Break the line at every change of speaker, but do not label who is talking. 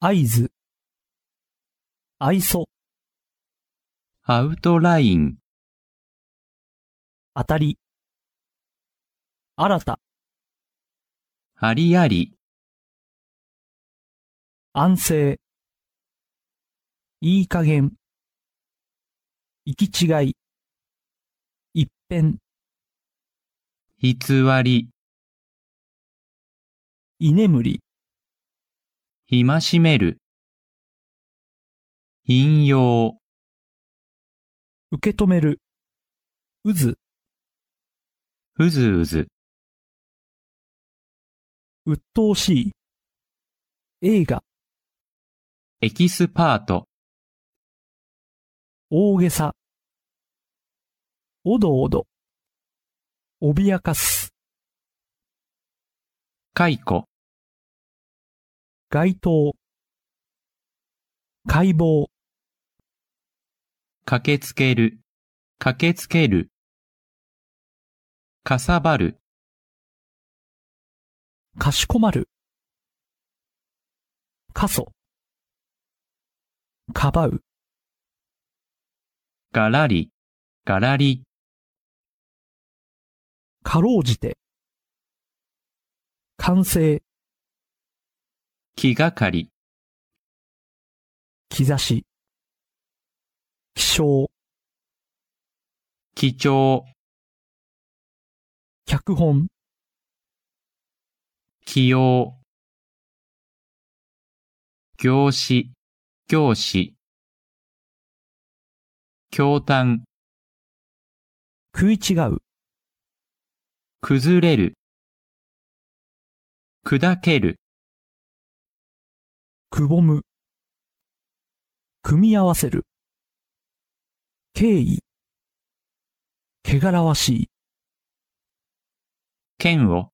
会津、愛想、
アウトライン、
当たり、新た、
ありあり、
安静、いい加減、行き違い、一変、
偽り、
居眠り、
暇しめる。引用、
受け止める、渦、
うずうず、
鬱陶しい、映画、
エキスパート、
大げさ、おどおど、脅かす、
解雇、
街頭、解剖、
駆けつける、駆けつける。かさばる、
かしこまる、過疎、かばう、
がらり、がらり、
かろうじて、完成、
気がかり、
兆し、気象、
貴重、
脚本、
起用。業師、教師。教端、
食い違う、
崩れる。砕ける、
くぼむ、組み合わせる、敬意、けがらわしい、
剣を、